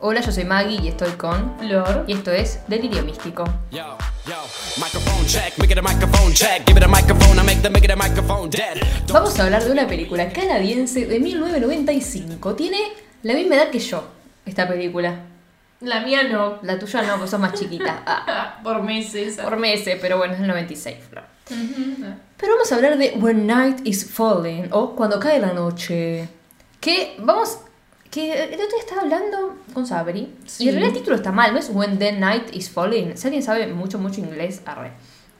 Hola, yo soy Maggie y estoy con Flor. y esto es Delirio Místico. Yo, yo, microphone check, make it a microphone check, give it a microphone, I make the make it a microphone dead. Don't Vamos a hablar de una película canadiense de 1995. Tiene la misma edad que yo, esta película. La mía no. La tuya no, porque sos más chiquita. Ah, Por meses. por meses, pero bueno, es el 96, Flor. Ujú. Pero vamos a hablar de When Night is Falling o Cuando cae la noche. Que vamos. Que el otro día estaba hablando con Sabri. Y Sí. en realidad el título está mal, ¿no? Es When the Night is Falling. Si alguien sabe mucho, mucho inglés, arre.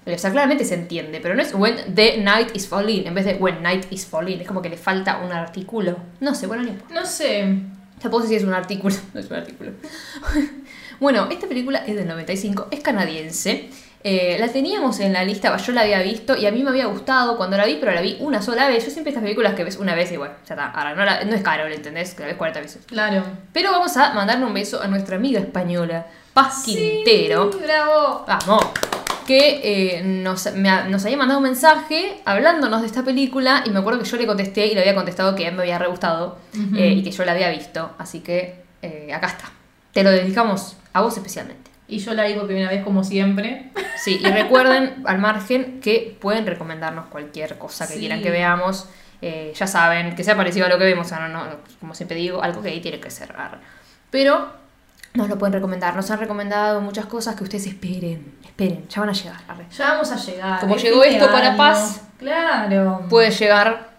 O sea, claramente se entiende, pero no es When the Night is Falling en vez de When Night is Falling. Es como que le falta un artículo. No sé, bueno, no importa. No sé. Tampoco sé si es un artículo. No es un artículo. bueno, esta película es del 95, es canadiense. Eh, la teníamos en la lista, bah, yo la había visto y a mí me había gustado cuando la vi, pero la vi una sola vez. Yo siempre estas películas que ves una vez y bueno, ya está. Ahora no, la- no es caro, ¿entendés? Que la ves 40 veces. Claro. Pero vamos a mandarle un beso a nuestra amiga española, Paz Quintero. Sí, bravo. Vamos. Que eh, nos, me ha- nos había mandado un mensaje hablándonos de esta película y me acuerdo que yo le contesté y le había contestado que me había re gustado eh, y que yo la había visto. Así que eh, acá está. Te lo dedicamos a vos especialmente. Y yo la digo primera vez como siempre. Sí, y recuerden al margen que pueden recomendarnos cualquier cosa que Sí. quieran que veamos. Eh, ya saben, que sea parecido a lo que vemos, o sea, no, no, como siempre digo, algo que ahí tiene que ser. arre. Pero nos lo pueden recomendar. Nos han recomendado muchas cosas que ustedes esperen, esperen, ya van a llegar. arre. Ya vamos a llegar. Como Es llegó fin de esto para año. Paz. Claro. Puede llegar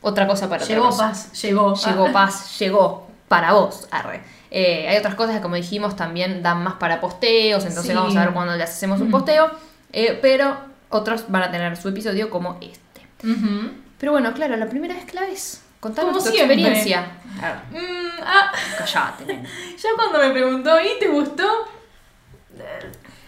otra cosa para otra llegó cosa. Paz. Llegó. Llegó paz, llegó para vos, arre. Eh, hay otras cosas que, como dijimos, también dan más para posteos, entonces Sí. Mm. vamos a ver cuando les hacemos un posteo, eh, pero otros van a tener su episodio como este. Ujú. Pero bueno, claro, la primera vez que la ves, contanos Como tu siempre. experiencia. A ver, Mm, ah, Callate. nena. ya cuando me preguntó, ¿y te gustó? Eh,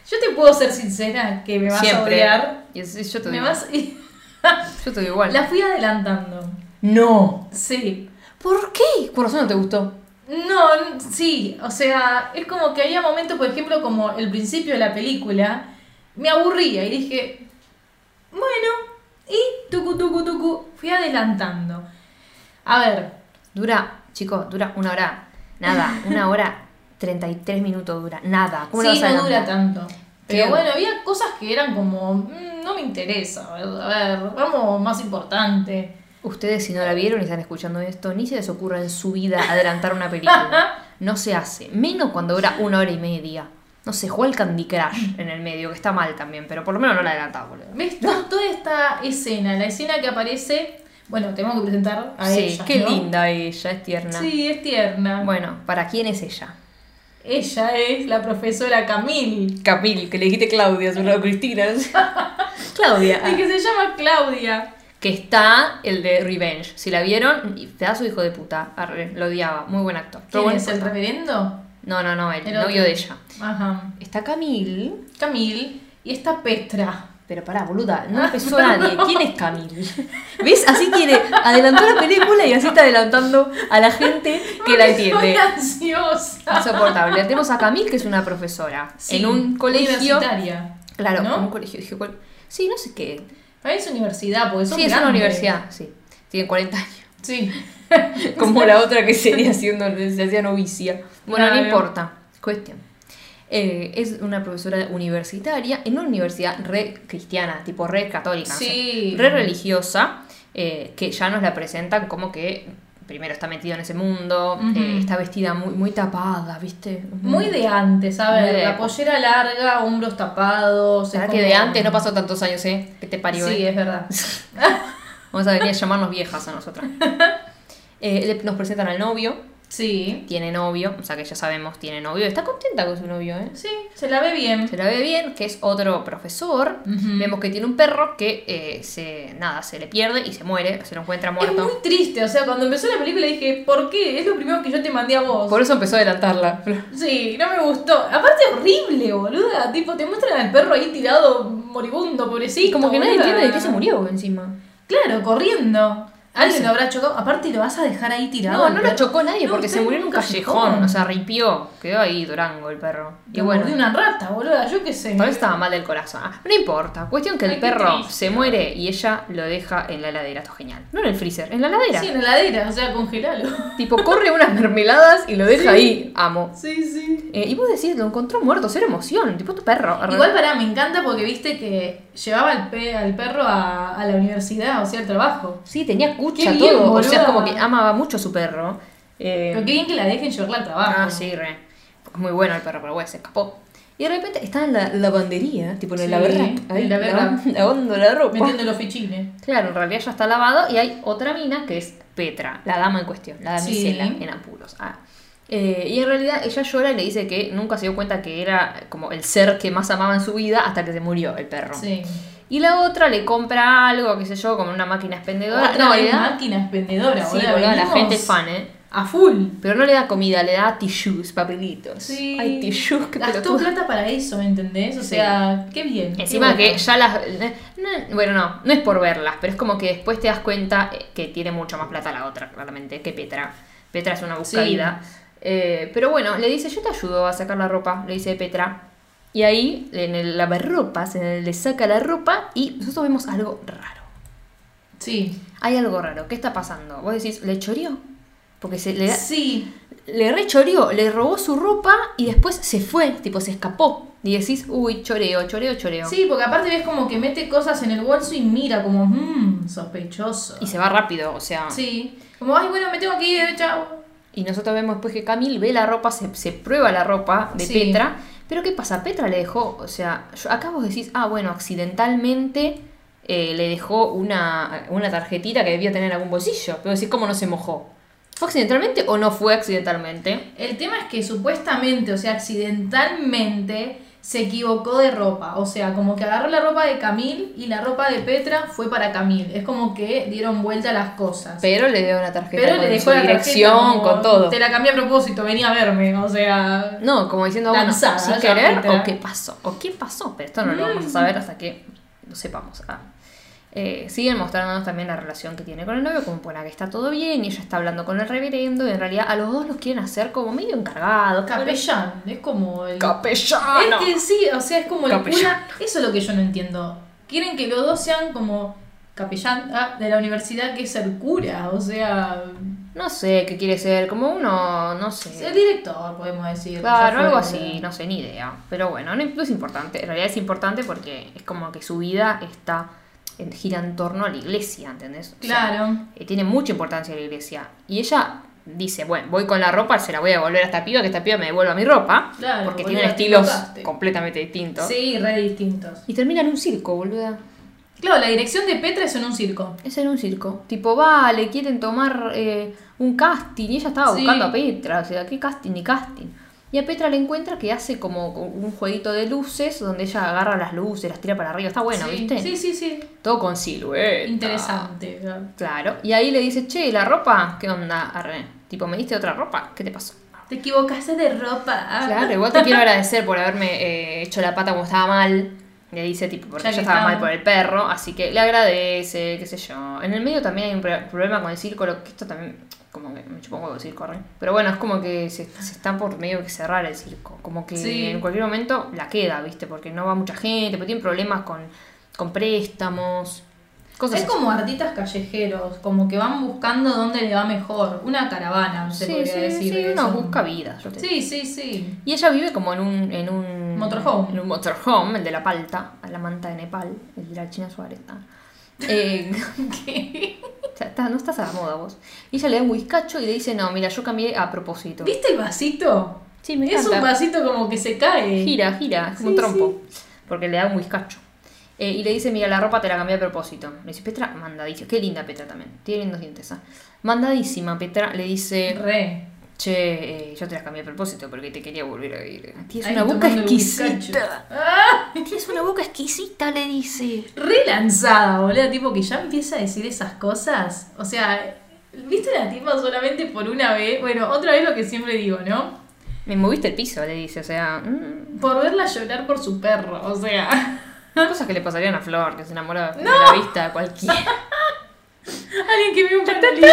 Yo te puedo ser sincera que me vas Siempre. a odiar. Y es- es- yo te Me digo, vas. yo te digo igual. la fui adelantando. No. Sí. ¿Por qué? Por razón no te gustó. No, n- sí, o sea, es como que había momentos, por ejemplo, como el principio de la película, me aburría y dije, bueno, y tucu, tucu, tucu, fui adelantando. A ver, Dura, chicos, dura una hora. Nada, una hora, 33 minutos dura. Nada. ¿Cómo la sí, vas a no dura adelantar? tanto. Pero Claro. bueno, había cosas que eran como, "Mm, no me interesa, a ver, a ver, vamos más importante. Ustedes si no la vieron y están escuchando esto, ni se les ocurra en su vida adelantar una película. No se hace. Menos cuando dura una hora y media. No sé, juega el Candy Crush en el medio, que está mal también, pero por lo menos no la adelantaba, boludo. ¿Ves? Toda esta escena, la escena que aparece, bueno, tenemos que presentar a sí, ella. qué ¿no? linda ella, es tierna. Sí, es tierna. Bueno, ¿para quién es ella? Ella es la profesora Camille. Camil, que le dijiste Claudia, su Cristina. Claudia. Y que se llama Claudia. Que está el de Revenge. Si la vieron, y pedazo de hijo de puta. Arre, lo odiaba. Muy buen actor. Pero ¿Quién bueno, es el reverendo? No, no, no, el, El novio otro. de ella. Ajá. Está Camil. Camille. Y esta Petra. Pero pará, boluda, Ah. no empezó nadie. ¿Quién es Camille? ¿Ves? Así quiere. Adelantó la película y así está adelantando a la gente que la Estoy entiende. ansiosa. Insoportable. Tenemos a Camille, que es una profesora. Sí, en un colegio. Universitaria. Claro, ¿No? en un colegio. Dije, ¿cuál? Sí, no sé qué. Para mí es universidad, porque son sí, es una grandes. universidad. Sí, tiene 40 años. Sí. Como la otra que sería haciendo, se hacía novicia. Bueno, no Claro. importa. Cuestión. Eh, es una profesora universitaria en una universidad re cristiana, tipo re católica. no sé. Sí. re religiosa, eh, que ya nos la presentan como que primero está metido en ese mundo, Ujú. eh, está vestida muy, muy tapada, ¿viste? Muy de antes, a ver, Muy de la época. pollera larga, hombros tapados. es ¿Será que como- de antes no pasó tantos años, eh? Que te parió, Sí, eh? es verdad. Vamos a venir a llamarnos viejas a nosotras. Eh, le- nos presentan al novio, Sí. tiene novio, o sea que ya sabemos, tiene novio, está contenta con su novio, ¿eh? Sí, se la ve bien. Se la ve bien, que es otro profesor. Ujú. Vemos que tiene un perro que eh, se nada, se le pierde y se muere, se lo encuentra Es muerto. muy triste, o sea, cuando empezó la película dije, ¿por qué? Es lo primero que yo te mandé a vos. Por eso empezó a adelantarla. Sí, no me gustó. Aparte horrible, boluda. Tipo, te muestran al perro ahí tirado, moribundo, pobrecito. Y como que nadie boluda. entiende de qué se murió encima. Claro, corriendo. Alguien Sí. lo habrá chocado. Aparte, lo vas a dejar ahí tirado. No, al no lo perro. chocó nadie No, porque está se murió en un callejón. O sea, ripió. Quedó ahí Durango el perro. Y Lo bueno, mordió una rata, boluda. Yo qué sé. tal vez estaba mal del corazón. Ah, no importa. Cuestión que el Ay, qué perro triste. se muere y ella lo deja en la heladera. Esto es genial. No en el freezer, en la heladera. Sí, en la heladera, o sea, congelalo. Tipo, corre unas mermeladas y lo deja Sí. ahí. Amo. Sí, sí. Eh, y vos decís, lo encontró muerto, cero emoción. Tipo, tu perro. Igual para me encanta porque viste que llevaba al, pe- al perro a, a la universidad, o sea, al trabajo. Sí, tenía cucha, Qué bien, todo. O sea, boluda. como que amaba mucho a su perro. Eh, Pero qué bien que la dejen llevarla al trabajo. Ah, sí, re. Porque es muy bueno el perro, pero bueno, se escapó. Y de repente está en la lavandería, tipo en el Sí, lavarrack, en ahí, la la verra. lavando la ropa. Metiendo los fichines. Claro, en realidad ya está lavado y hay otra mina que es Petra, la dama en cuestión, la damisela Sí. en apuros. Ah. Eh, y en realidad ella llora y le dice que nunca se dio cuenta que era como el ser que más amaba en su vida hasta que se murió el perro. Sí. Y la otra le compra algo, qué sé yo, como una máquina expendedora. Otra no, vez le da... máquinas vendedoras, Sí, boluda, la venimos gente es fan, ¿eh? A full. Pero no le da comida, le da tissues, papelitos. Sí. Ay, tissues, qué Gastó pelotuda. plata para eso, ¿entendés? O sea, qué bien. qué Encima bueno. que ya las... eh, no- bueno, no, no es por verlas, pero es como que después te das cuenta eh, que tiene mucho más plata la otra, claramente, que Petra. Petra es una buscavida. Eh, pero bueno, le dice, yo te ayudo a sacar la ropa, le dice Petra. Y ahí, en el lavarropas, en el- le saca la ropa y nosotros vemos algo raro. Sí. Hay algo raro, ¿qué está pasando? Vos decís, ¿le choreó? Porque se le, Sí. le re choreó, le robó su ropa y después se fue, tipo, se escapó. Y decís, uy, choreo, choreo, choreo. Sí, porque aparte ves como que mete cosas en el bolso y mira como, mmm, sospechoso. Y se va rápido, o sea. Sí. Como, ay, bueno, me tengo que ir, chao. Y nosotros vemos después que Camille ve la ropa, se, se prueba la ropa de Sí. Petra. Pero ¿qué pasa? Petra le dejó, o sea, yo- acá vos decís, ah, bueno, accidentalmente eh, le dejó una, una tarjetita que debía tener en algún bolsillo. Pero decís, ¿cómo no se mojó? ¿Fue accidentalmente o no fue accidentalmente? El tema es que supuestamente, o sea, accidentalmente se equivocó de ropa. O sea, como que agarró la ropa de Camil y la ropa de Petra fue para Camil. Es como que dieron vuelta las cosas. Pero le dio una tarjeta Pero con le su dejó la dirección, tarjeta como, "Mm, con todo. Te la cambié a propósito, venía a verme, o sea. No, como diciendo, bueno, Lanzada, sin ya, querer, Petra. o qué pasó, o qué pasó, pero esto no lo vamos a saber hasta que lo sepamos. Ah. Eh, siguen mostrándonos también la relación que tiene con el novio, como por la que está todo bien, y ella está hablando con el reverendo, y en realidad a los dos los quieren hacer como medio encargados. Capellán, es como el. Capellano. Es que sí, o sea, es como el Capellán. cura. Eso es lo que yo no entiendo. Quieren que los dos sean como capellán ah, de la universidad, que es el cura, o sea. No sé qué quiere ser, como uno, no El sé. director, podemos decir. ya Claro, fue, algo boluda. así, no sé, ni idea. Pero bueno, no no es importante. En realidad es importante porque es como que su vida está en- gira en torno a la iglesia, ¿entendés? O sea, Claro. Eh, tiene mucha importancia la iglesia. Y ella dice, bueno, voy con la ropa, se la voy a devolver a esta piba, que esta piba me devuelva mi ropa, Claro, porque boluda, tienen te estilos equivocaste. completamente distintos. Sí, re distintos. Y termina en un circo, boluda. Claro, la dirección de Petra es en un circo. Es en un circo. Tipo, va, le quieren tomar eh, un casting. Y ella estaba Sí. buscando a Petra. O sea, ¿qué casting? Ni casting. Y a Petra le encuentra que hace como un jueguito de luces donde ella agarra las luces, las tira para arriba. Está bueno, sí. ¿viste? Sí, sí, sí. Todo con silueta. Interesante. claro. Claro, y ahí le dice, che, ¿y ¿la ropa? ¿Qué onda, Arre? Tipo, ¿me diste otra ropa? ¿Qué te pasó? Te equivocaste de ropa. ah. Claro, igual te quiero agradecer por haberme eh, hecho la pata como estaba mal. Le dice, tipo, porque Ya ella que estaba mal estamos. por el perro, así que le agradece, qué sé yo. En el medio también hay un pro- problema con el circo, lo que esto también, como que me chupongo el circo, Arre. Pero bueno, es como que se, se está por medio que cerrar el circo. Como que Sí. en cualquier momento la queda, ¿viste? Porque no va mucha gente, pero tienen problemas con, con préstamos, cosas Es así. como artistas callejeros, como que van buscando dónde le va mejor. Una caravana, se Sí, podría sí, decir. sí, que uno son. busca vida. yo te Sí, sí, sí. Y ella vive como en un. En un Motorhome. En un motorhome, el de la palta, la manta de Nepal, el de la China Suárez. ah. Eh, ya está, no estás a la moda vos. Y ella le da un whiskacho y le dice: No, mira, yo cambié a propósito. ¿Viste el vasito? Sí, me Es un encanta. vasito como que se cae. Gira, gira, es como un Sí, trompo. Porque le da un whiskacho. Eh, y le dice: Mira, la ropa te la cambié a propósito. Le dice: Petra, mandadísima. Qué linda Petra también. Tiene lindos dientes. ah. Mandadísima, Petra. Le dice: Re. Che, eh, yo te la cambié a propósito porque te quería volver a ir. Tienes Ahí una boca tomando el exquisita. bizcacho. ¡Ah! Tienes una boca exquisita, le dice. Re lanzada, boludo. Tipo que ya empieza a decir esas cosas. O sea, ¿viste la tipa solamente por una vez? Bueno, otra vez lo que siempre digo, ¿no? Me moviste el piso, le dice. O sea, mm, Por verla llorar por su perro. O sea. ¿Ah? cosas que le pasarían a Flor, que se enamora a primera vista de cualquiera. Alguien que vio un pantalito.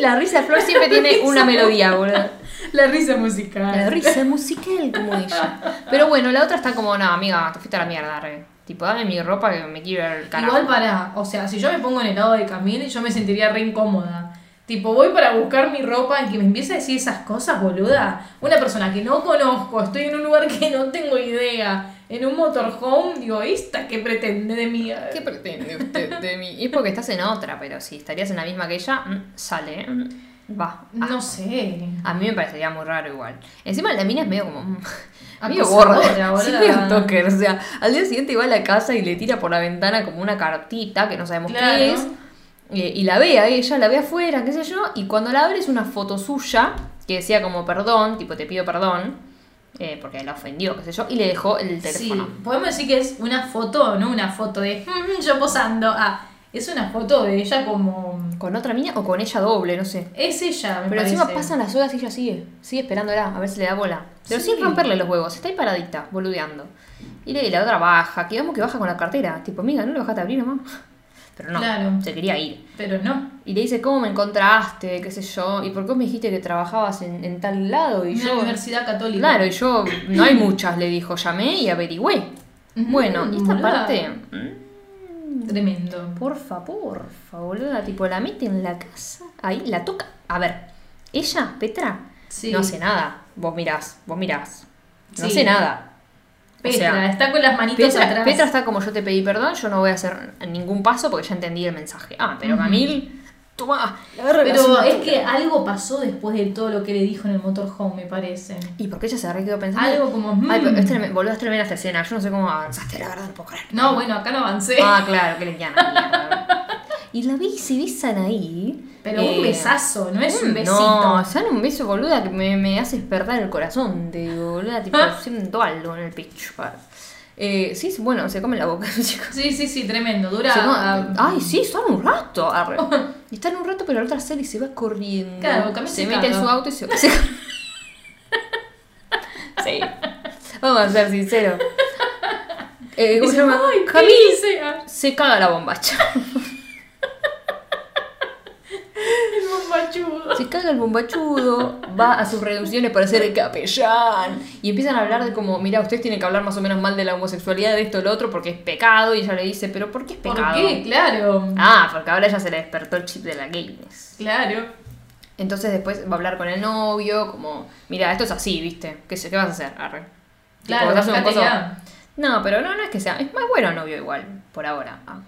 La risa de Flor siempre tiene una melodía, boludo. La risa musical. La risa musical como ella. Pero bueno, la otra está como, no, amiga, te fuiste a la mierda, re. Tipo, dame mi ropa que me quiero ir al carajo. Igual para, o sea, si yo me pongo en el lado de Camille, yo me sentiría re incómoda. Tipo, voy para buscar mi ropa y que me empiece a decir esas cosas, boluda. Una persona que no conozco, estoy en un lugar que no tengo idea, en un motorhome, digo, ¿esta qué pretende de mí? ¿Qué pretende usted de mí? Y es porque estás en otra, pero si estarías en la misma que ella, mm, sale, eh, mm, va. Ah, No sé. A mí me parecería muy raro igual. Encima la mina es medio como... mm, Medio Acosadora, gorda, sí, boluda. medio stalker, o sea, al día siguiente va a la casa y le tira por la ventana como una cartita que no sabemos Claro. qué es, eh, y la ve a ella, la ve afuera, qué sé yo, y cuando la abre es una foto suya que decía como perdón, tipo te pido perdón, eh, porque la ofendió, qué sé yo, y le dejó el Sí, teléfono. podemos decir que es una foto, no una foto de "Mm, yo posando. Ah, es una foto de ella como. Con otra mina o con ella doble, no sé. Es ella, me Pero encima parece. pasan las horas y ella sigue, sigue esperándola, a ver si le da bola. Pero Sí. sin romperle los huevos, está ahí paradita, boludeando. Y le- la otra baja, que vamos que baja con la cartera. Tipo, amiga, no lo bajaste a abrir nomás. Pero no, Claro. se quería ir. Pero no. Y le dice, ¿cómo me encontraste? ¿Qué sé yo? ¿Y por qué me dijiste que trabajabas en, en tal lado? Y Una yo. universidad católica. Claro, y yo, no hay muchas, le dijo, llamé y averigüé. Ujú, Bueno, y esta Mm, boluda. parte. mm, Tremendo. Porfa, porfa, boluda. Tipo, la mete en la casa, ahí, la toca. A ver, ella, Petra, Sí. no hace nada. Vos mirás, vos mirás. No Sí. hace nada. Petra, sea, está con las manitas Petra, atrás. Petra está como yo te pedí perdón, yo no voy a hacer ningún paso porque ya entendí el mensaje. Ah, pero Camil, toma, la verga, Pero una es que puta. algo pasó después de todo lo que le dijo en el motorhome, me parece. Y porque ella se re quedó pensando. Algo como, mm. Ay, pero es tremendo, boludo, es tremenda esta escena. Yo no sé cómo avanzaste, la verdad, no puedo creer. No, bueno, acá no avancé. Ah, claro, que lesbiana. mierda. Y la ve y se besan ahí. Pero Eh, un besazo, no es un Mm, besito. No, sale un beso, boluda, que me, me haces perder el corazón, te digo, boluda, tipo, Ah. siento algo en el pecho. pa. Eh, sí, bueno, se come la boca, chicos. Sí, sí, sí, tremendo. Dura. Se come- ah, ay, sí, están un rato. arre. Y Están un rato, pero la otra serie se va corriendo. Claro, Camila se se mete en caga. su auto y se. se- sí. Vamos a ser sinceros. Eh, ¿cómo se dice, llama? "Ay, Camila ¿qué hice? Ah, se caga la bombacha. el bombachudo. Se caga el bombachudo, va a sus reducciones para ser el capellán. Y empiezan a hablar de como, mira, ustedes tienen que hablar más o menos mal de la homosexualidad, de esto, de lo otro, porque es pecado. Y ella le dice, pero ¿por qué es ¿Por pecado? qué? Claro. Ah, porque ahora ya se le despertó el chip de la gayness. Claro. Entonces después va a hablar con el novio, como, mira, esto es así, ¿viste? ¿Qué, sé- qué vas a hacer? Arre. Tipo, Claro, te hace un fíjate coso- ya. No, pero no, no es que sea. Es más bueno el novio igual, por ahora. Ah.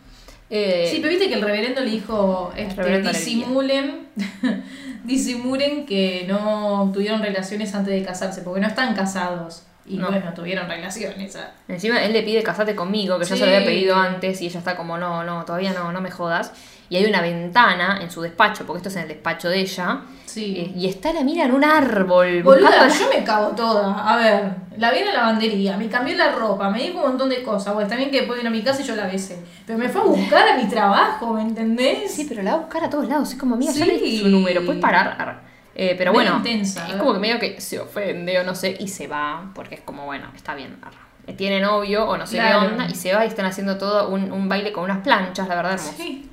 Eh, Sí, pero viste que el reverendo le dijo, este, reverendo le disimulen, disimulen que no tuvieron relaciones antes de casarse, porque no están casados. Y No. bueno, tuvieron relaciones. ah. Encima él le pide casate conmigo, que yo se lo Sí. había pedido antes y ella está como, no, no, todavía no, no me jodas. Y hay una ventana en su despacho, porque esto es en el despacho de ella. eh, Sí. Y está la mira en un árbol. Boluda, Este, buscando- yo me cago toda. A ver, la vi en la lavandería, me cambié la ropa, me dijo un montón de cosas. Bueno, también que después vino a mi casa y yo la besé. Pero me fue a buscar a mi trabajo, ¿me entendés? Sí, pero la va a buscar a todos lados. Es como, mira, ya Sí. le di su número, puedes parar. Arre. Eh, pero Medio bueno, intensa, es eh. como que medio que se ofende o no sé, y se va, porque es como, bueno, está bien. arre. Eh, Tiene novio o no sé Claro. qué onda, y se va y están haciendo todo un, un baile con unas planchas, la verdad, hermoso. Sí.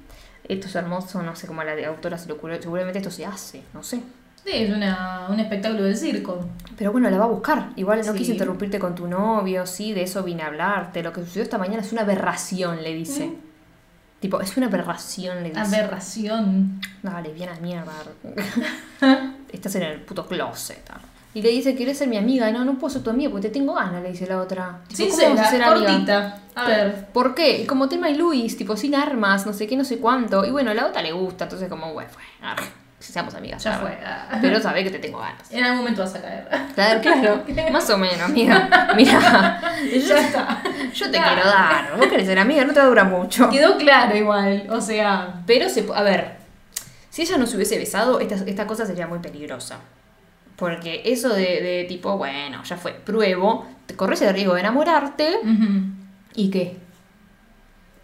Esto es hermoso, no sé cómo a la autora se le ocurrió. Seguramente esto se hace, no sé. Sí, es una, un espectáculo del circo. Pero bueno, la va a buscar. Igual no Sí. quise interrumpirte con tu novio, sí, de eso vine a hablarte. Lo que sucedió esta mañana es una aberración, le dice. Mm. Tipo, es una aberración, le dice. Aberración. Dale, bien a mierda. Estás en el puto closet. ah. Y le dice, ¿quieres ser mi amiga? Y no, no puedo ser tu amiga porque te tengo ganas, le dice la otra. Tipo, ¿cómo vamos a ser Sincera, amiga? cortita. A ver. ¿Por qué? Y como tema y Luis, tipo, sin armas, no sé qué, no sé cuánto. Y bueno, la otra le gusta, entonces como, bueno, fue, arre, seamos amigas. Ya arre. fue, ah. Pero sabe que te tengo ganas. En algún momento vas a caer. Claro, claro. Más o menos, amiga. Mira, yo, Ya está. yo te Ya. quiero dar. Vos querés ser amiga, no te va a durar mucho. Quedó claro igual, o sea. Pero, se, pu- a ver, si ella no se hubiese besado, esta, esta cosa sería muy peligrosa. Porque eso de, de tipo, bueno, ya fue, pruebo, te corres el riesgo de enamorarte. ¿Y qué?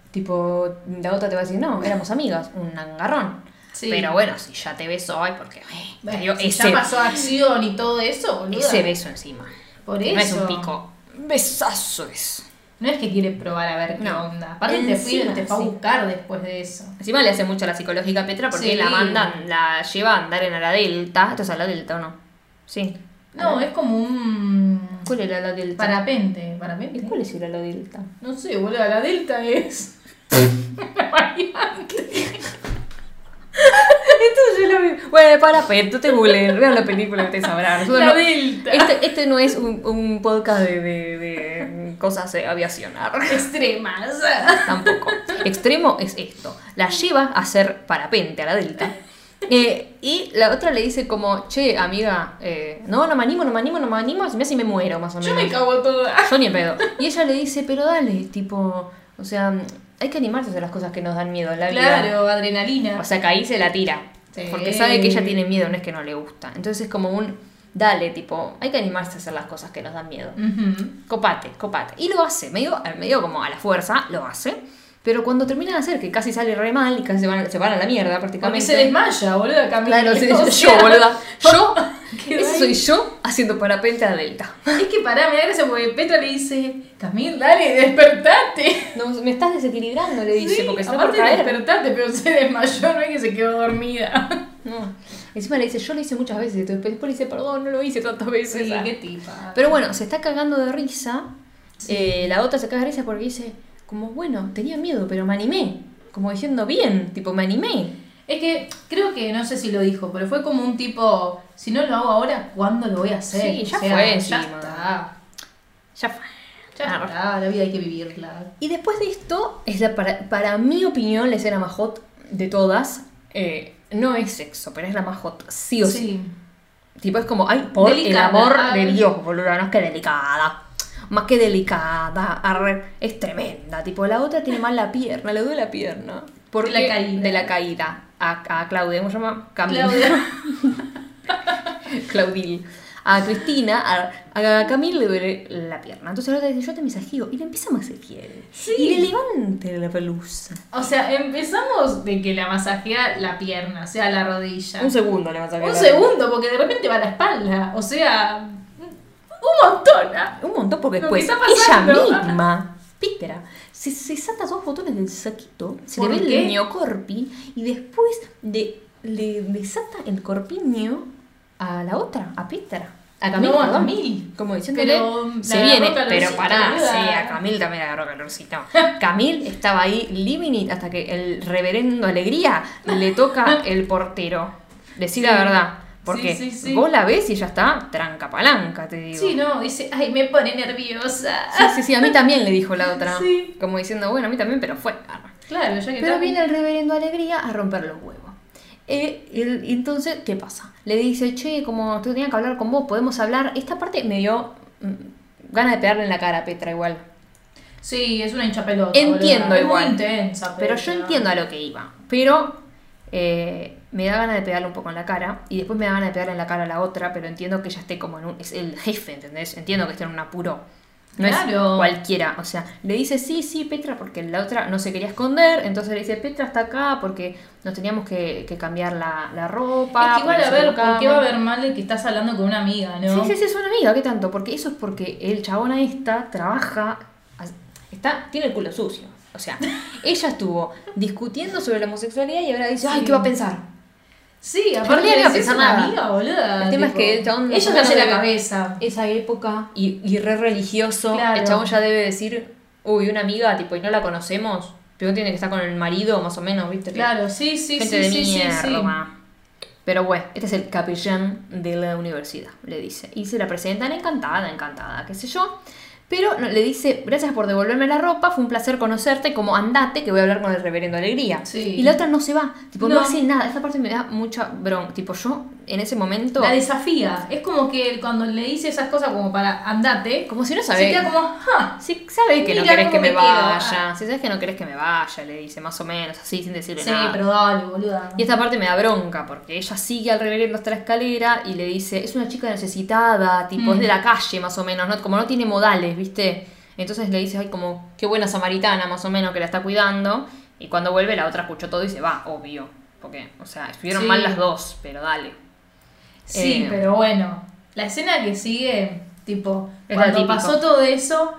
Tipo, la otra te va a decir, no, éramos amigas, un agarrón. Sí. Pero bueno, si ya te besó, ay, porque, eh, te dio Bueno, si ese, ya pasó acción y todo eso, boluda. ese beso encima. Por No es eso. un pico. Besazo es. No es que quiere probar a ver qué No. onda. Aparte te, fui- Encima, te fue a sí. buscar después de eso. Encima le hace mucho a la psicológica a Petra porque Sí. la mandan, la lleva a andar en a la delta. Esto es a la delta, ¿o no? Sí. No, es como un ¿Cuál era la delta? parapente. ¿Y ¿Parapente? cuál es el ala delta? No sé, boludo, la delta es. Una variante. Entonces yo la vi. Bueno, para, pe, tú te googlees, vean la película que te sabrán. Nosotros La no- delta. Este, este no es un, un podcast de, de- de cosas de aviación. arre. Extremas. Tampoco. Extremo es esto. La lleva a hacer parapente a la delta. Eh, y la otra le dice como, che, amiga, eh, no, no me animo, no me animo, no me animo, se me hace y me muero más o menos. Yo me cago toda. Yo ni en pedo. Y ella le dice, pero dale, tipo, o sea, hay que animarse a hacer las cosas que nos dan miedo en la vida. Claro, adrenalina. O sea, que ahí se la tira. Sí. Porque sabe que ella tiene miedo, no es que no le gusta. Entonces es como un, dale, tipo, hay que animarse a hacer las cosas que nos dan miedo. Ujú. Copate, copate. Y lo hace, medio, medio como a la fuerza, lo hace. Pero cuando termina de hacer, que casi sale re mal y casi se van, se van a la mierda Porque prácticamente. se desmaya, boludo, camina. Claro, se- O yo, sea, boluda. Yo, Quedó ese soy ahí. yo haciendo parapente a Delta. Es que pará, me da gracia porque Petra le dice, Camil, dale, despertate. No, me estás desequilibrando, le dice, Sí, porque se aparte por caer. despertate, pero se desmayó, no es que se quedó dormida. No. Encima le dice, yo lo hice muchas veces, entonces después le dice, perdón, no lo hice tantas veces. Sí, Ah. qué tipa. Pero bueno, se está cagando de risa. Eh, la otra se caga de risa porque dice, como bueno, tenía miedo, pero me animé. Como diciendo, bien, tipo, me animé. Es que creo que, no sé si lo dijo, pero fue como un tipo, si no lo hago ahora, ¿cuándo lo voy a hacer? Sí, ya fue Ya encima. está. Ya fue. Ya Ah, está, la vida hay que vivirla. Y después de esto, es la, para, para mi opinión, la escena más hot de todas. Eh, no es sexo, pero es la más hot, sí o sí. Tipo, es como, ay, por Delicada, el amor ay. de Dios, boluda, no es que delicada. Más que delicada, arre, es tremenda. Tipo, la otra tiene mal la pierna, le duele la pierna. Porque, De la caída. De la caída. A, a Claudia, ¿cómo se llama? Camila. Claudia. Claudil. A Cristina, a, a Camil le duele la pierna. Entonces la otra dice, yo te masajeo. Y le empieza a masajear. Sí. Y le levanta la pelusa. O sea, empezamos de que la masajea la pierna, o sea, la rodilla. Un segundo le masajea. Ah. Un la- segundo, porque de repente va a la espalda. O sea, un montón. ah. Un montón porque Lo que después está ella pasando. misma, Petra, se, se salta dos botones del saquito, se le ¿Por ve qué? el neocorpi y después de, le desata el corpiño a la otra, a Petra. A Camil, No, a perdón. Camil. Como diciéndole, Pero, mm, se la viene, agarró pero calorcito, pará, boluda. sí, a Camil también le agarró calorcito. Camil estaba ahí living it hasta que el reverendo Alegría le toca el portero. Decir la verdad. Porque Sí, sí, sí. vos la ves y ya está tranca palanca, te digo. Sí, no, dice, ay, me pone nerviosa. Sí, sí, sí, a mí también le dijo la otra. Sí. Como diciendo, bueno, a mí también, pero fue. Claro, ya que Pero está- viene el reverendo Alegría a romper los huevos. Eh, el- entonces, ¿qué pasa? Le dice, che, como tú tenías que hablar con vos, podemos hablar. Esta parte me dio mm, ganas de pegarle en la cara a Petra igual. Sí, es una hinchapelota. Entiendo boluda. igual. Es muy intensa. Pero yo entiendo a lo que iba. Pero eh, me da ganas de pegarle un poco en la cara. Y después me da ganas de pegarle en la cara a la otra. Pero entiendo que ella esté como en un. Es el jefe, ¿entendés? Entiendo que esté en un apuro. No Claro. es cualquiera. O sea, le dice sí, sí, Petra, porque la otra no se quería esconder. Entonces le dice, Petra está acá porque nos teníamos que, que cambiar la, la ropa. Es que igual, porque a nos ver, ¿por qué va a equivocamos". haber mal de que estás hablando con una amiga, no? Sí, sí, sí, es una amiga, ¿qué tanto? Porque eso es porque el chabón a esta trabaja, as- está, tiene el culo sucio. O sea, ella estuvo discutiendo sobre la homosexualidad y ahora dice, ay, ¿qué va a pensar? Sí, En aparte realidad de no que es pensar una nada. amiga, boluda. El tema es tipo, que el chabón Ella más se o hace menos la debe- cabeza. Esa época y, y re religioso, Claro. el chabón ya debe decir, uy, una amiga, tipo, y no la conocemos, pero tiene que estar con el marido, más o menos, ¿viste? Que- Claro, sí, sí, Gente sí, de sí, sí, mierda, sí. ma. Pero bueno, este es el capellán de la universidad, le dice. Y se la presentan encantada, encantada, qué sé yo. Pero no- le dice, gracias por devolverme la ropa, fue un placer conocerte, como andate, que voy a hablar con el reverendo Alegría. Sí. Y la otra no se va, tipo, no, No. hace nada. Esta parte me da mucha bronca. Tipo, yo en ese momento, La desafía. Es como que cuando le dice esas cosas como para andate, como si no se sabe queda como, "Ah, ja. Si sabes que no Mira querés que cómo me, me quedo, ah. vaya, si sabes que no querés que me vaya, le dice, más o menos, así, sin decirle Sí, nada. pero dale, boluda. Ah. Y esta parte me da bronca, porque ella sigue al reverendo hasta la escalera y le dice, es una chica necesitada, tipo, Mm. es de la calle más o menos, ¿no? como no tiene modales, ¿viste? Entonces le dice, ay, como, qué buena samaritana más o menos que la está cuidando. Y cuando vuelve la otra escuchó todo y se va, obvio. Porque, o sea, estuvieron Sí. mal las dos, pero dale. Sí, Eh. pero bueno. La escena que sigue, tipo, Es la cuando típico. pasó todo eso,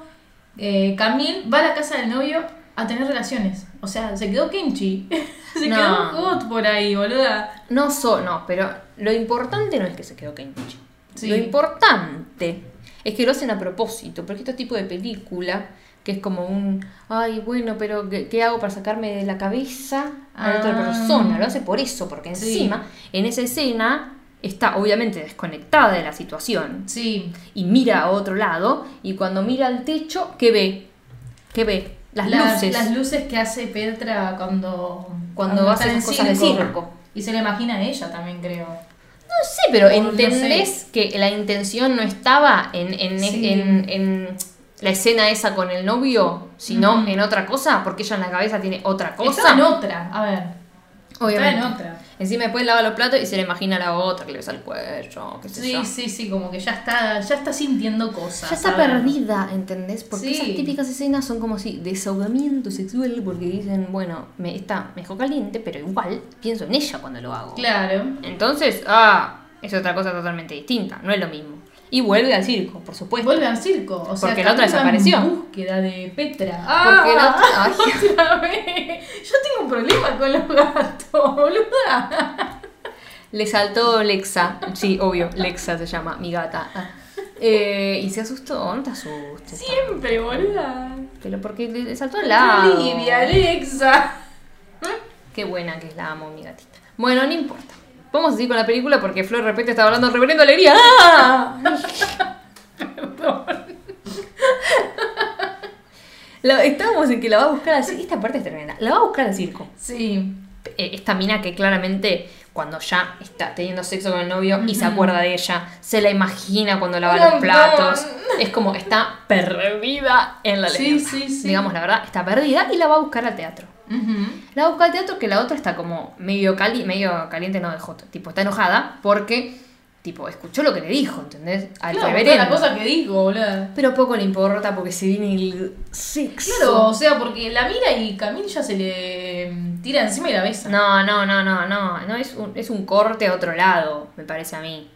eh, Camille va a la casa del novio a tener relaciones. O sea, se quedó Kimchi. se No. quedó un hot por ahí, boluda. No so, no, pero lo importante no es que se quedó Kenchi. Sí. Lo importante es que lo hacen a propósito, porque este tipo de película, que es como un, ay, bueno, pero ¿qué, qué hago para sacarme de la cabeza a la otra Ah. persona? Lo hace por eso, porque Sí. encima, en esa escena, está obviamente desconectada de la situación Sí. y mira a otro lado, y cuando mira al techo, ¿qué ve? ¿Qué ve? Las, luces. las luces que hace Petra cuando. Cuando hace están en esas cosas de circo. Y se la imagina a ella también, creo. No sé, pero No ¿entendés que la intención no estaba en, en, Sí. en- en la escena esa con el novio, sino Ujú. en otra cosa? Porque ella en la cabeza tiene otra Está cosa. en otra, a ver. Obviamente. Está en otra. Encima después lava los platos y se le imagina a la otra que le besa el cuello, qué sé Sí, yo. sí, sí, como que ya está, ya está sintiendo cosas. Ya está ¿sabes? perdida, ¿entendés? Porque Sí. esas típicas escenas son como si desahogamiento sexual, porque dicen, bueno, me está mejor caliente, pero igual pienso en ella cuando lo hago. Claro. Entonces, ah, es otra cosa totalmente distinta, no es lo mismo. Y vuelve al circo, por supuesto. Pues Vuelve al circo. O sea, Porque la otra Camila desapareció. En búsqueda de Petra. Porque la otra- ¡Ah! ay. otra vez. Yo tengo un problema con los gatos, boluda. Le saltó Lexa. Sí, obvio, Lexa se llama, mi gata. Ah. Eh, y se asustó, no te asustes. Siempre, boluda. Pero porque le le saltó al Qué lado. Livia, Alexa. Qué buena que es, la amo, mi gatita. Bueno, no importa. Vamos a seguir con la película porque Flor de repente estaba hablando de reverendo alegría. ¡Ah! La- estábamos en que la va a buscar al circo. Esta parte es tremenda. La va a buscar al circo. Sí. eh, esta mina que claramente cuando ya está teniendo sexo con el novio y se acuerda de ella, se la imagina cuando lava Un los montón. platos. Es como está perdida en la Sí, leyenda. sí, sí. Digamos la verdad, está perdida y la va a buscar al teatro. Ujú. La va a buscar al teatro que la otra está como medio cali, medio caliente, no de hot, tipo está enojada porque tipo escuchó lo que le dijo, ¿entendés? Al Claro, toda reverendo. la cosa que digo, boluda. Pero poco le importa porque se viene el sexo. Claro, o sea, porque la mira y Camille ya se le mm, tira encima y la besa. No, no, no, no, no. No es un, es un corte a otro lado, me parece a mí.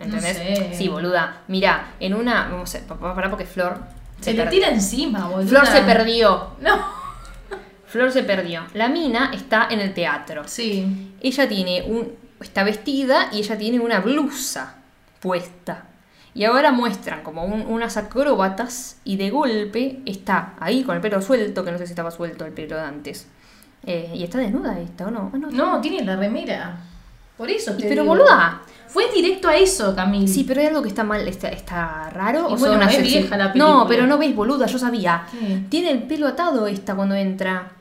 ¿Entendés? No sé. Sí, boluda. Mira, en una. Vamos a pa- pa- parar porque Flor. Se le perdió. tira encima, boluda. Flor se perdió. No. Flor se perdió. La mina está en el teatro. Sí. Ella tiene un. está vestida y ella tiene una blusa puesta. Y ahora muestran como un- unas acróbatas y de golpe está ahí con el pelo suelto, que no sé si estaba suelto el pelo de antes. Eh, y está desnuda esta, ¿o no? Ah, no, No, tiene la remera. Por eso. Y te pero digo. boluda. Fue directo a eso, Camille. Sí, pero hay algo que está mal, está, está raro. Y o bueno, son es asesino- vieja la No, película. pero no ves, boluda, yo sabía. ¿Qué? Tiene el pelo atado esta cuando entra.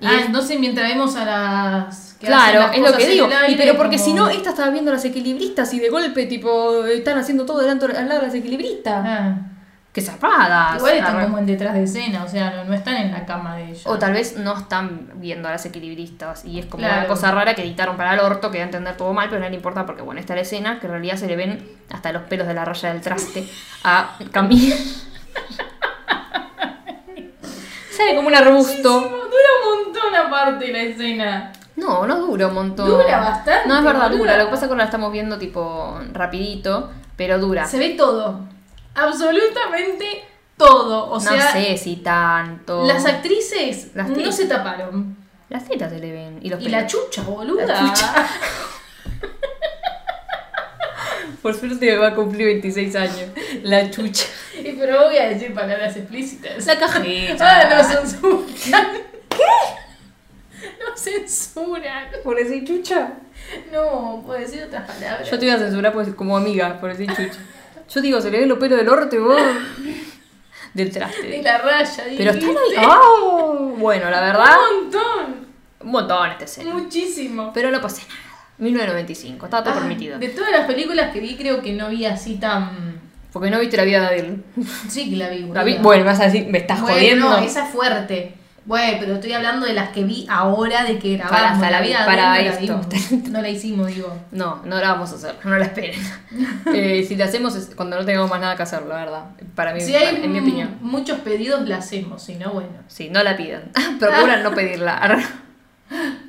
Y Ah, es- entonces mientras vemos a las. que claro, hacen es las lo que cosas digo. en el Y aire, pero porque como- si no, esta estaba viendo las equilibristas y de golpe, tipo, están haciendo todo delante al lado de las equilibristas. Ah, Qué zarpadas. igual están Arre- como en detrás de escena, o sea, no, no están en la cama de ella. O tal vez no están viendo a las equilibristas y es como una Claro. cosa rara que editaron para el orto, que da a entender todo mal, pero no le importa porque, bueno, está la escena que en realidad se le ven hasta los pelos de la raya del traste a Camila. Sale como un Muchísimo, arbusto. Dura un montón aparte la escena. No, no dura un montón. Dura bastante, No, es verdad, dura. boluda. Lo que pasa es que ahora la estamos viendo tipo rapidito, pero dura. Se ve todo. Absolutamente todo. O no sea, sé si tanto. las actrices Las no tetas. se taparon. Las tetas se le ven. Y, los Y la pelos. chucha, boluda. La chucha. Por suerte va a cumplir 26 años. La chucha. Eh, Pero voy a decir palabras explícitas. La cajeta. Ah, no censuran. ¿Qué? No censuran. Por decir chucha. No, puedo decir otras palabras. Yo te voy a censurar pues, como amiga, por decir chucha. Yo digo, se le ven los pelos del orto y vos. Del De traste. la raya, Pero están ahí. dijiste. ¡Oh! Bueno, la verdad, Un montón. un montón este escena. Muchísimo. Pero no pasa nada. 1995, estaba todo Ah, permitido. De todas las películas que vi, creo que no vi así tan. Porque no viste la vida de David. Sí, que la vi, boluda. David, bueno, vas a decir, me estás Mm. Bueno, jodiendo. no, esa es fuerte. Bueno, pero estoy hablando de las que vi ahora de que grabamos. Para, hasta la vi- vida para no la esto. vimos. No la hicimos, digo. No, no la vamos a hacer, no la esperen. Eh, si la hacemos es cuando no tengamos más nada que hacer, la verdad. Para mí, Si hay en mi mm, opinión. muchos pedidos, la hacemos. Si no, bueno. Sí, no la pidan. Procuran no pedirla.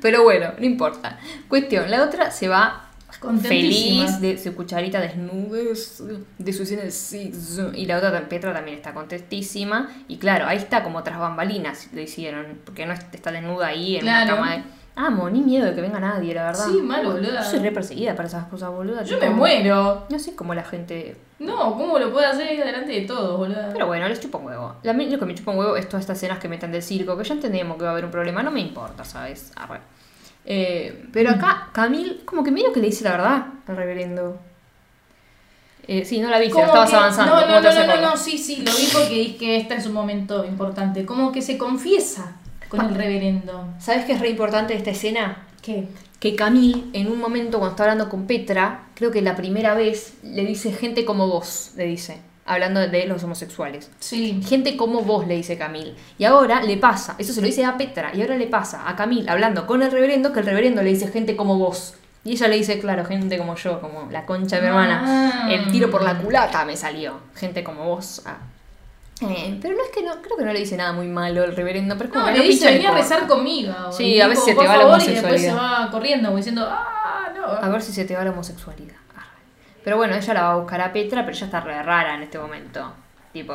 Pero bueno, no importa. Cuestión, la otra se va Contentísima. feliz de su cucharita desnudes de su escena de sexo. Y la otra Petra también está contentísima. Y claro, ahí está como tras bambalinas lo hicieron, porque no es- está desnuda ahí en una Claro. cama de. Amo, ni miedo de que venga nadie, la verdad. Sí, mal, boluda. Yo soy re perseguida para esas cosas, boluda. Yo tipo, me muero. No sé cómo la gente. No, ¿cómo lo puedo hacer ahí delante de todos, boludo? Pero bueno, les chupa un huevo. La- lo que me chupa un huevo es todas estas escenas que metan del circo, que ya entendemos que va a haber un problema, no me importa, ¿sabes? Arre. Eh, pero acá, Camil, como que medio que le dice la verdad al reverendo. Eh, sí, no la viste, la Como estabas que- avanzando. No, ¿cómo no, te no, vas a no, no, acordar? no, sí, sí, lo vi porque es que esta es un momento importante. Como que se confiesa con el reverendo. ¿Sabes qué es re importante de esta escena? ¿Qué? Que Camil, en un momento cuando está hablando con Petra, creo que la primera vez le dice gente como vos, le dice, hablando de los homosexuales. Sí. Gente como vos, le dice Camil. Y ahora le pasa, eso se lo dice a Petra, y ahora le pasa a Camil hablando con el reverendo, que el reverendo le dice gente como vos. Y ella le dice, claro, gente como yo, como la concha de mi hermana. Ah. El tiro por la culata me salió. Gente como vos. ah. Eh, pero no es que no, creo que no le dice nada muy malo el reverendo, pero es como No, que le no dice, pincha ni venía a corta. rezar conmigo. Sí, Y a dijo, veces se te "Por va la favor", Y después se homosexualidad. va corriendo, como diciendo, ah, no. A ver si se te va la homosexualidad. Arre. Pero bueno, ella la va a buscar a Petra, pero ella está re rara en este momento. Tipo.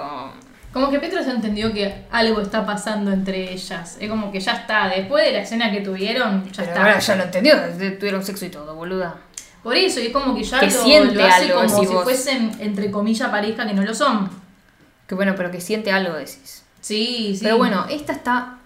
Como que Petra ya entendió que algo está pasando entre ellas. Es como que ya está, después de la escena que tuvieron, ya pero está. ahora ya lo entendió, tuvieron sexo y todo, boluda. Por eso, y es como que ya Que lo, siente lo hace algo, como decís si vos. fuesen, entre comillas, pareja que no lo son. Que bueno, pero que siente algo, decís. Sí, sí. Pero bueno, esta está.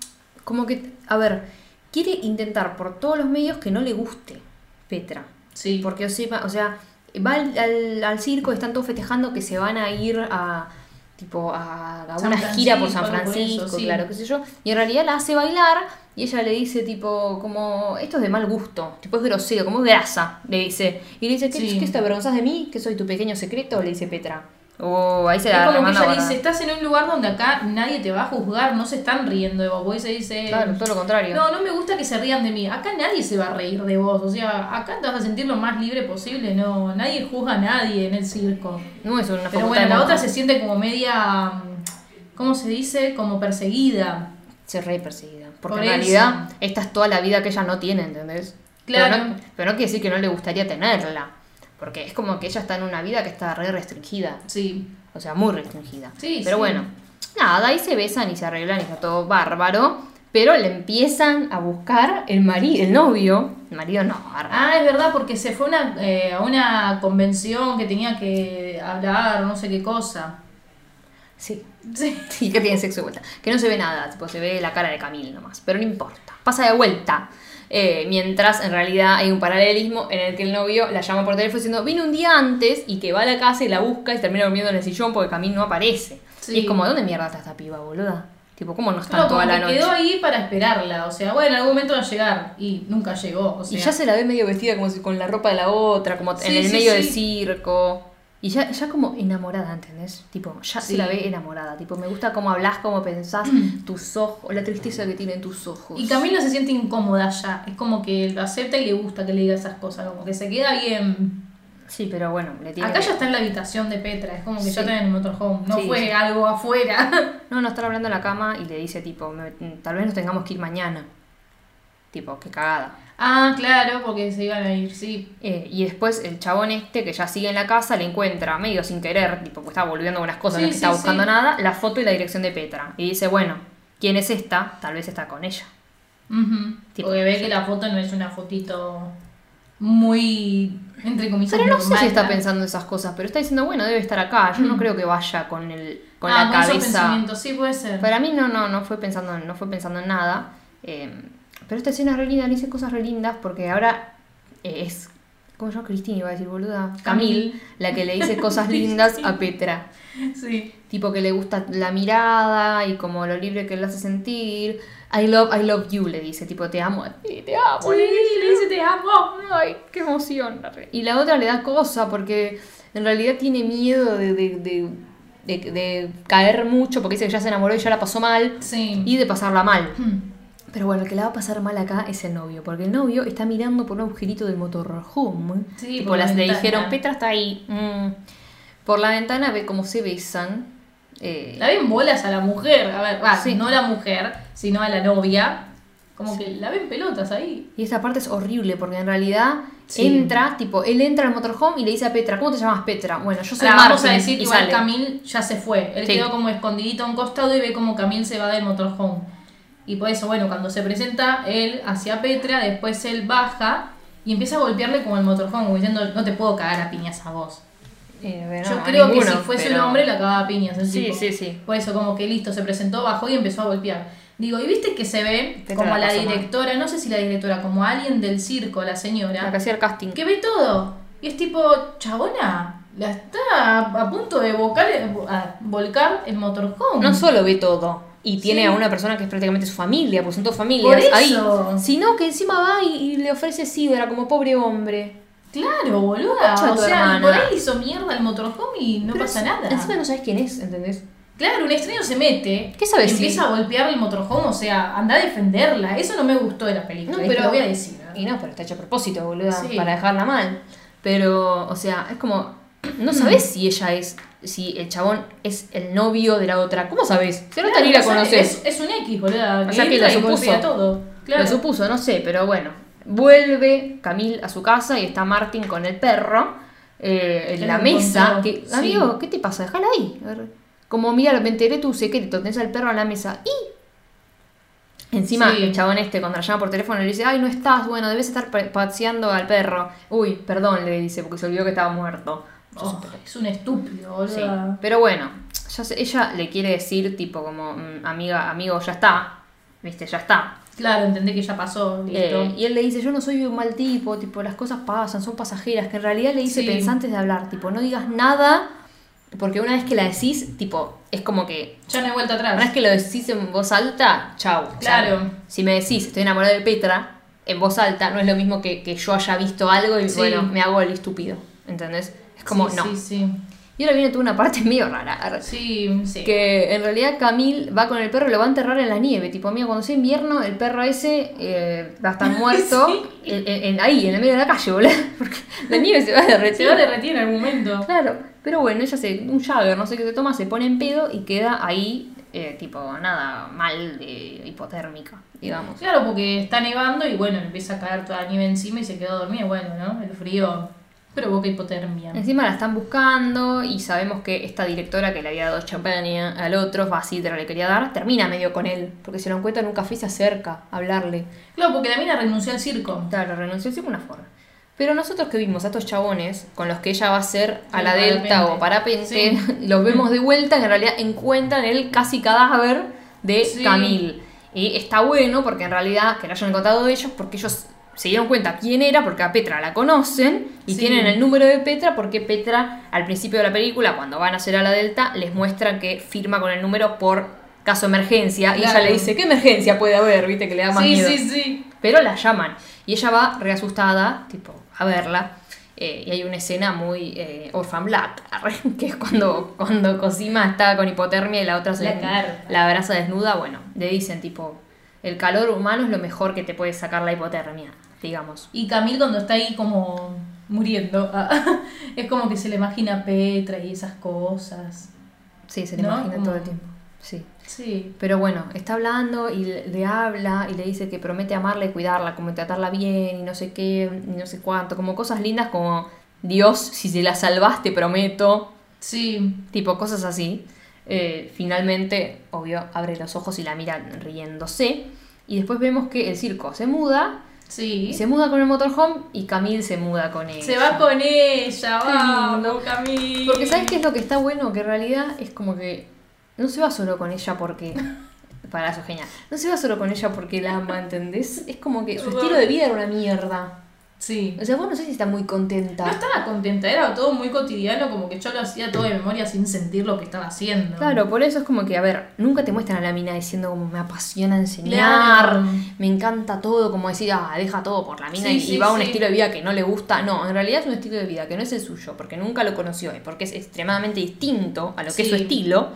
Como que. A ver, quiere intentar por todos los medios que no le guste Petra. Sí. Porque, o sea, o sea, va al, al- al circo, están todos festejando que se van a ir a tipo a, a San una gira por Francisco, San algo por Francisco, eso, sí. claro, qué sé yo. Y en realidad la hace bailar y ella le dice tipo, como, esto es de mal gusto, tipo es grosero, como es grasa, le dice. Y le dice, ¿qué, Sí. qué te avergonzás de mí? ¿Que soy tu pequeño secreto? Le dice Petra. Oh, ahí se Es la como que remanda ella barra. dice, estás en un lugar donde acá nadie te va a juzgar, no se están riendo de vos. Vos y se dice, Claro, todo lo contrario. no, no me gusta que se rían de mí. Acá nadie se va a reír de vos. O sea, acá te vas a sentir lo más libre posible. No, nadie juzga a nadie en el circo. No, es una Pero facultad bueno, de la monja. otra se siente como media, mm, ¿cómo se dice? Como perseguida. se re perseguida. Porque Por en eso. realidad esta es toda la vida que ella no tiene, ¿entendés? Claro. Pero no, pero no quiere decir que no le gustaría tenerla. Porque es como que ella está en una vida que está re restringida. Sí. O sea, muy restringida. Sí, pero sí. bueno, nada, ahí se besan y se arreglan y está todo bárbaro. Pero le empiezan a buscar el marido, el novio. El marido no, arra- Ah, es verdad, porque se fue a una, eh, a una convención que tenía que hablar, no sé qué cosa. Sí. Sí. Sí, que tiene sexo de vuelta. Que no se ve nada, tipo, se ve la cara de Camille nomás. Pero no importa. Pasa de vuelta. Eh, mientras en realidad hay un paralelismo en el que el novio la llama por teléfono diciendo vino un día antes y que va a la casa y la busca y termina durmiendo en el sillón porque Camille no aparece. Sí. Y es como, ¿dónde mierda está esta piba, boluda? Tipo, ¿cómo no está Claro, toda como la que noche? quedó ahí para esperarla. O sea, bueno, en algún momento va a llegar. Y nunca llegó. O sea, y ya se la ve medio vestida como si con la ropa de la otra, como en Sí, el sí, medio sí. del circo. Y ya, ya como enamorada, ¿entendés? Tipo, ya Sí. se la ve enamorada. Tipo, me gusta cómo hablas, cómo pensás, tus ojos, la tristeza que tienen tus ojos. Y Camila se siente incómoda ya. Es como que lo acepta y le gusta que le diga esas cosas. Como que se queda bien. Sí, pero bueno, le tiene Acá que- ya está en la habitación de Petra. Es como que Sí. ya está en el motorhome. No Sí, fue sí. algo afuera. No, no, están hablando en la cama y le dice, tipo, "Me- tal vez nos tengamos que ir mañana. Tipo, qué cagada. ah, claro, porque se iban a ir, sí. Eh, y después el chabón este, que ya sigue en la casa, le encuentra, medio sin querer, tipo, pues estaba volviendo unas cosas, Sí, no es que sí, estaba buscando sí. nada, la foto y la dirección de Petra. Y dice, bueno, ¿quién es esta? Tal vez está con ella. Ujú. Tipo, porque ve que la foto no es una fotito muy. entre comillas. Pero no sé si normal, está ¿no? pensando esas cosas, pero está diciendo, bueno, debe estar acá. Yo no creo que vaya con el con Mm. ah, la con esos cabeza. pensamientos, sí puede ser. Para mí no, no, no fue pensando, en- no fue pensando en nada. eh, pero esta escena es re linda, le hice cosas re lindas porque ahora eh, es. ¿Cómo se llama Cristina? Iba a decir, boluda. Camil, Camil. la que le dice cosas lindas a Petra. Sí. Tipo que le gusta la mirada y como lo libre que lo hace sentir. I love, I love you, le dice. Tipo, te amo a ti, te amo. Sí, le dice te amo. Ay, qué emoción. Y la otra le da cosa porque en realidad tiene miedo de, de, de- de- de caer mucho porque dice que ya se enamoró y ya la pasó mal Sí. y de pasarla mal. Hmm. Pero bueno, el que la va a pasar mal acá es el novio, porque el novio está mirando por un agujerito del motorhome. Sí, tipo, por la las le ventana. dijeron, Petra está ahí. mm". Por la ventana ve cómo se besan. eh, La ven bolas a la mujer, a ver, va, Sí. no la mujer, sino a la novia. Como que la ven pelotas ahí. Y esta parte es horrible porque en realidad Sí. entra, tipo, él entra al motorhome y le dice a Petra, ¿cómo te llamas Petra? Bueno, yo soy Ahora, vamos Martin", a decir y que igual sale. Camil ya se fue. Él Sí. quedó como escondidito a un costado y ve como Camil se va del motorhome. Y por eso, bueno, cuando se presenta él hacia Petra, después él baja y empieza a golpearle con el motorhome, como diciendo, no te puedo cagar a piñas a vos. Eh, bueno, Yo a creo que si ninguno, fuese pero- un hombre la cagaba a piñas. el Sí, tipo. sí, sí. Por eso, como que listo, se presentó, bajó y empezó a golpear. Digo, y viste que se ve Petra como la la pasó mal. directora, no sé si la directora, como alguien del circo, la La señora, que hacía el casting. que ve todo. Y es tipo, chabona, la está a, a punto de vocar, a volcar el motorhome. No solo ve todo y tiene Sí. a una persona que es prácticamente su familia, pues son todos familias Por eso. ahí, sino que encima va y, y le ofrece sidra como pobre hombre. Claro, boluda. Concha O tu sea, hermana. por ahí hizo mierda el motorhome y no Pero pasa es- nada. Encima no sabes quién es, ¿entendés? Claro, un extraño se mete. ¿Qué sabes y si- Empieza a golpear el motorhome, o sea, anda a defenderla. Eso no me gustó de la película. No, No, pero pero- lo voy a decir. ¿eh? Y no, pero está hecho a propósito, boluda, Sí. para dejarla mal. Pero, o sea, es como. No sabes si ella es. Si el chabón es el novio de la otra. ¿Cómo sabes? Se nota Claro, ni la o sea, conoces. Es, es un X, boluda. O sea, que entra lo y golpea supuso. todo. Claro. Lo supuso, no sé, pero bueno. Vuelve Camil a su casa y está Martin con el perro eh, en Que la lo mesa. encontró, que- sí. Amigo, ¿qué te pasa? Déjala ahí. A ver. Como, mira, me enteré tu secreto, tenés al perro en la mesa. Y. Encima, Sí. el chabón este, cuando la llama por teléfono, le dice: Ay, no estás, bueno, debes estar pa- paseando al perro. Uy, perdón, le dice, porque se olvidó que estaba muerto. Oh, es un estúpido, Sí. boluda. Pero bueno, ya sé- ella le quiere decir, tipo, como, "Mm, amiga, amigo, ya está. Viste, ya está. Claro, entendé que ya pasó. Listo. Eh, y él le dice, yo no soy un mal tipo, tipo, las cosas pasan, son pasajeras, que en realidad le dice Sí. pensantes de hablar, tipo, no digas nada, porque una vez que la decís, tipo, es como que, ya no hay vuelta una vez atrás. que lo decís en voz alta, chau. O sea, Claro. si me decís, estoy enamorada de Petra, en voz alta, no es lo mismo que, que yo haya visto algo y Sí. bueno, me hago el estúpido, ¿entendés? Es como, sí, no. Sí, sí. Y ahora viene toda una parte medio rara. arre. Sí, sí. Que en realidad Camil va con el perro y lo va a enterrar en la nieve. Tipo, amigo, cuando sea invierno, el perro ese eh, va a estar muerto en- en- en- ahí, en el medio de la calle, boludo. Porque la nieve se va a derretir. Se va a derretir en algún momento. Claro. Pero bueno, ella se. Un Jagger, no sé qué se toma, se pone en pedo y queda ahí, eh, tipo, nada, mal, eh, hipotérmica, digamos. Claro, porque está nevando y bueno, empieza a caer toda la nieve encima y se quedó dormida. Bueno, ¿no? El frío provoca hipotermia. Encima la están buscando y sabemos que esta directora que le había dado champagne al otro, Basidra le quería dar, termina medio con él, porque se lo encuentra en un café y se acerca a hablarle. Claro, porque la mina renunció al circo. Claro, renunció sí, fue una forma. Pero nosotros que vimos a estos chabones, con los que ella va a ser a El la delta parapente. o parapente, Sí. los vemos de vuelta y en realidad encuentran el casi cadáver de Sí. Camil. Y está bueno porque en realidad que lo hayan encontrado ellos, porque ellos se dieron cuenta quién era, porque a Petra la conocen y Sí. tienen el número de Petra, porque Petra al principio de la película, cuando van a hacer a la delta, les muestra que firma con el número por caso emergencia. Y ella Claro. le dice, ¿qué emergencia puede haber? Viste que le da más Sí, miedo. sí, sí. Pero la llaman y ella va reasustada, tipo, a verla. eh, y hay una escena muy eh, Orphan Black, arre, que es cuando, cuando Cosima está con hipotermia y la otra se La carpa. la abraza desnuda. Bueno, le dicen, tipo, el calor humano es lo mejor que te puede sacar la hipotermia, digamos. Y Camil cuando está ahí como muriendo, ah, es como que se le imagina a Petra y esas cosas. Sí, se le ¿No? imagina Como- todo el tiempo. Sí. Sí. Pero bueno, está hablando y le le habla y le dice que promete amarla y cuidarla, como tratarla bien y no sé qué, y no sé cuánto, como cosas lindas como Dios, si se la salvas te prometo, Sí. tipo cosas así. Eh, finalmente, obvio, abre los ojos y la mira riéndose. Y después vemos que el circo se muda, Sí. y se muda con el motorhome y Camille se muda con él. Se va con ella, lindo. vamos, Camil. Porque ¿sabes qué es lo que está bueno? Que en realidad es como que no se va solo con ella porque... Para eso es genial. No se va solo con ella porque la ama, ¿entendés? Es como que su estilo de vida era una mierda. Sí. O sea, vos no sé si está muy No contenta. estaba contenta, era todo muy cotidiano, como que yo lo hacía todo de memoria sin sentir lo que estaba haciendo. Claro, por eso es como que, a ver, nunca te muestran a la mina diciendo como me apasiona enseñar, Claro. me encanta todo, como decir, ah, deja todo por la mina Sí, y, sí, y va a un sí. estilo de vida que no le gusta. No, en realidad es un estilo de vida que no es el suyo, porque nunca lo conoció y porque es extremadamente distinto a lo que es su Sí. estilo,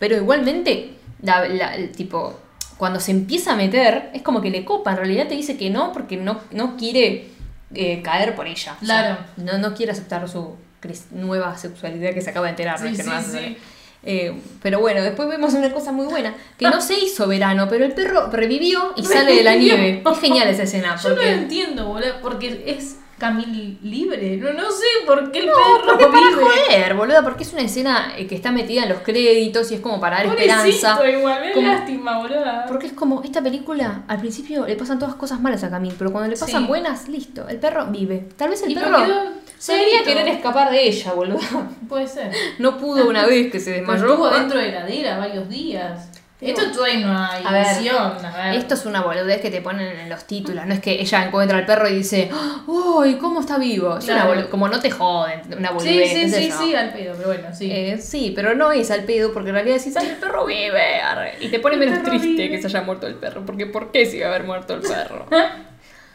pero igualmente, la- la- el tipo, cuando se empieza a meter, es como que le copa, en realidad te dice que no porque no, no quiere eh, caer por ella. O sea, Claro. no, no quiere aceptar su cre- nueva sexualidad que se acaba de enterar. Sí, ¿no? Es que sí, no sí. hace- Eh, pero bueno, después vemos una cosa muy buena, que no se hizo verano, pero el perro revivió y sale de la nieve. Es genial esa escena. Yo no lo porque- entiendo, boludo, porque es Camil libre. No, no sé por qué el perro porque es para vive. joder, boluda, porque es una escena eh, que está metida en los créditos y es como para dar esperanza. Pobrecito, igual, me da Como- lástima, boluda. Porque es como, esta película, al principio le pasan todas cosas malas a Camille, pero cuando le pasan Sí. buenas, listo, el perro vive. Tal vez el Y lo perro quedó se debería solito. querer escapar de ella, boludo. Puede ser. No pudo una vez que se Pero desmayó. Estuvo dentro de heladera varios días. Pero- Esto todavía no hay A ver, visión, a ver. Esto es una boludez que te ponen en los títulos, no es que ella encuentra al perro y dice, "¡Ah! ¡Uy, cómo está vivo! Es una Claro. bolu- como no te joden, una Sí, boludez. sí, qué sé sí, yo. sí, al pedo, pero bueno, sí. Eh, sí, pero no es al pedo, porque en realidad decís, ¡ay, el perro vive! arre". Y te pone El menos perro triste vive. que se haya muerto el perro, porque ¿por qué se iba a haber muerto el perro?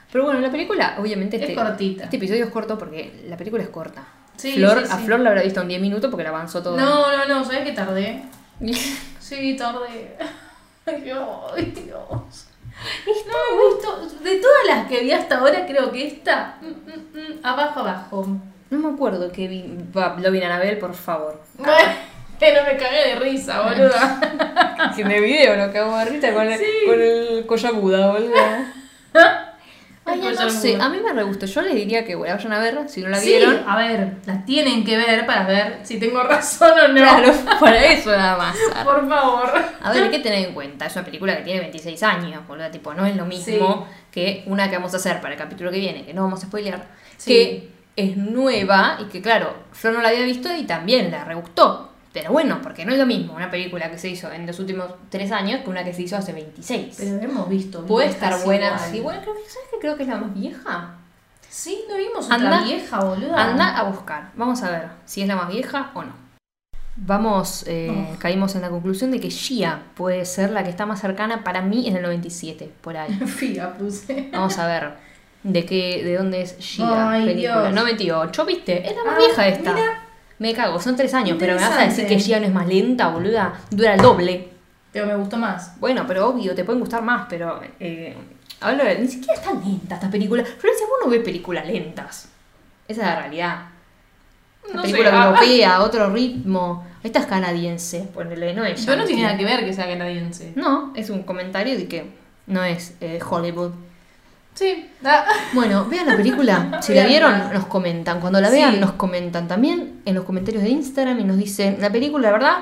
pero bueno, la película, obviamente, Es este, cortita. este episodio es corto porque la película es corta. Sí, Flor, sí, A sí. Flor la habrá visto en 10 minutos porque la avanzó todo. No, no, no, ¿sabes que tardé? Sí, tardé. Ay, Ay, Dios. No me gustó. De todas las que vi hasta ahora, creo que esta. mm, mm, mm, abajo, abajo. No me acuerdo que vi, va, lo vi en Anabel, por favor. Que no me cagué de risa, boluda. Que en el video lo cago de risa con el, Sí. con el collabuda, boludo. Ay, El no sé, collabuda. a mí me re gustó. Yo les diría que la vayan a ver, si no la Ah, Sí, vieron. a ver, las tienen que ver para ver si tengo razón o no. Claro, para eso nada más. Por favor. A ver, hay que tener en cuenta, es una película que tiene 26 años, boludo, tipo, no es lo mismo que una que vamos a hacer para el capítulo que viene, que no vamos a spoilear, Sí. que es nueva y que, claro, Flor no la había visto y también la re gustó. Pero bueno, porque no es lo mismo una película que se hizo en los últimos 3 años que una que se hizo hace 26. Pero hemos visto. Puede viejas estar buena, igual. sí, bueno, creo que, ¿sabes que creo que es la más vieja? Sí, no vimos Anda- otra vieja, boluda. Anda a buscar, vamos a ver si es la más vieja o no. Vamos, eh, Oh. caímos en la conclusión de que Shia puede ser la que está más cercana para mí en el 97, por ahí. Fía puse. Vamos a ver de qué, de dónde es Shia. Ay, película. Dios. 98, ¿viste? Es la más Ah, vieja esta. mira. Me cago, son tres años, pero me vas a decir Interesante. que Shia no es más lenta, boluda. Dura el doble. Pero me gustó más. Bueno, pero obvio, te pueden gustar más, pero. eh, hablo de- Ni siquiera es tan lenta esta película. Florencia, vos no ves películas lentas. Esa es la realidad. Una No película sé, ah, europea, otro ritmo. Esta es canadiense, ponele, no es. Pero no yankee. tiene nada que ver que sea canadiense. No, es un comentario de que no es eh, Hollywood. Sí. da- Bueno, vean la película. Si la Veanla. vieron, nos comentan. Cuando la Sí. vean, nos comentan también en los comentarios de Instagram y nos dicen, la película, la verdad,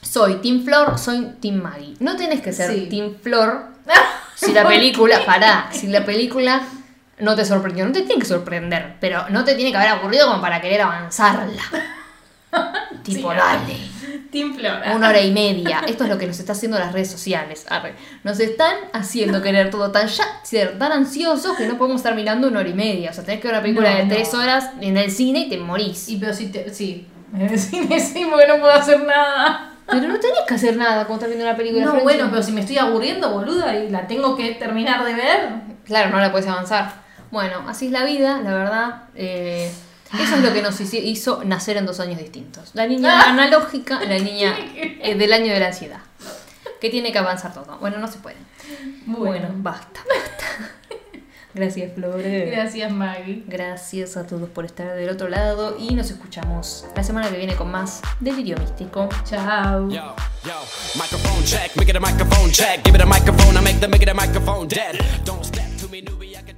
soy Team Flor, soy Team Maggie. No tenés que ser Sí. Team Flor si la ¿Por película, pará, si la película no te sorprendió. No te tiene que sorprender, pero no te tiene que haber aburrido como para querer avanzarla. tipo, Sí. dale. Team Flora. Una hora y media. Esto es lo que nos está haciendo las redes sociales. Arre. Nos están haciendo querer todo tan ya, ser tan ansiosos que no podemos estar mirando una hora y media. O sea, tenés que ver una película No, de no. tres horas en el cine y te morís. Y pero si te. Sí. En el cine sí, porque no puedo hacer nada. Pero no tenés que hacer nada cuando estás viendo una película. No, Florencia. bueno, pero si me estoy aburriendo, boluda, y la tengo que terminar de ver. Claro, no la puedes avanzar. Bueno, así es la vida, la verdad. eh, eso es lo que nos hici- hizo nacer en dos años distintos. La niña Ah. analógica, la niña tiene que eh, del año de la ansiedad. Que tiene que avanzar todo. Bueno, no se puede. Bueno, Bueno. basta, basta. Gracias, Flores. Gracias, Maggie. Gracias a todos por estar del otro lado y nos escuchamos la semana que viene con más Delirio Místico. Chao. Yo, yo, microphone check, make it a microphone check, give it a microphone, I make the make it a microphone dead. Don't step to me, newbie, I can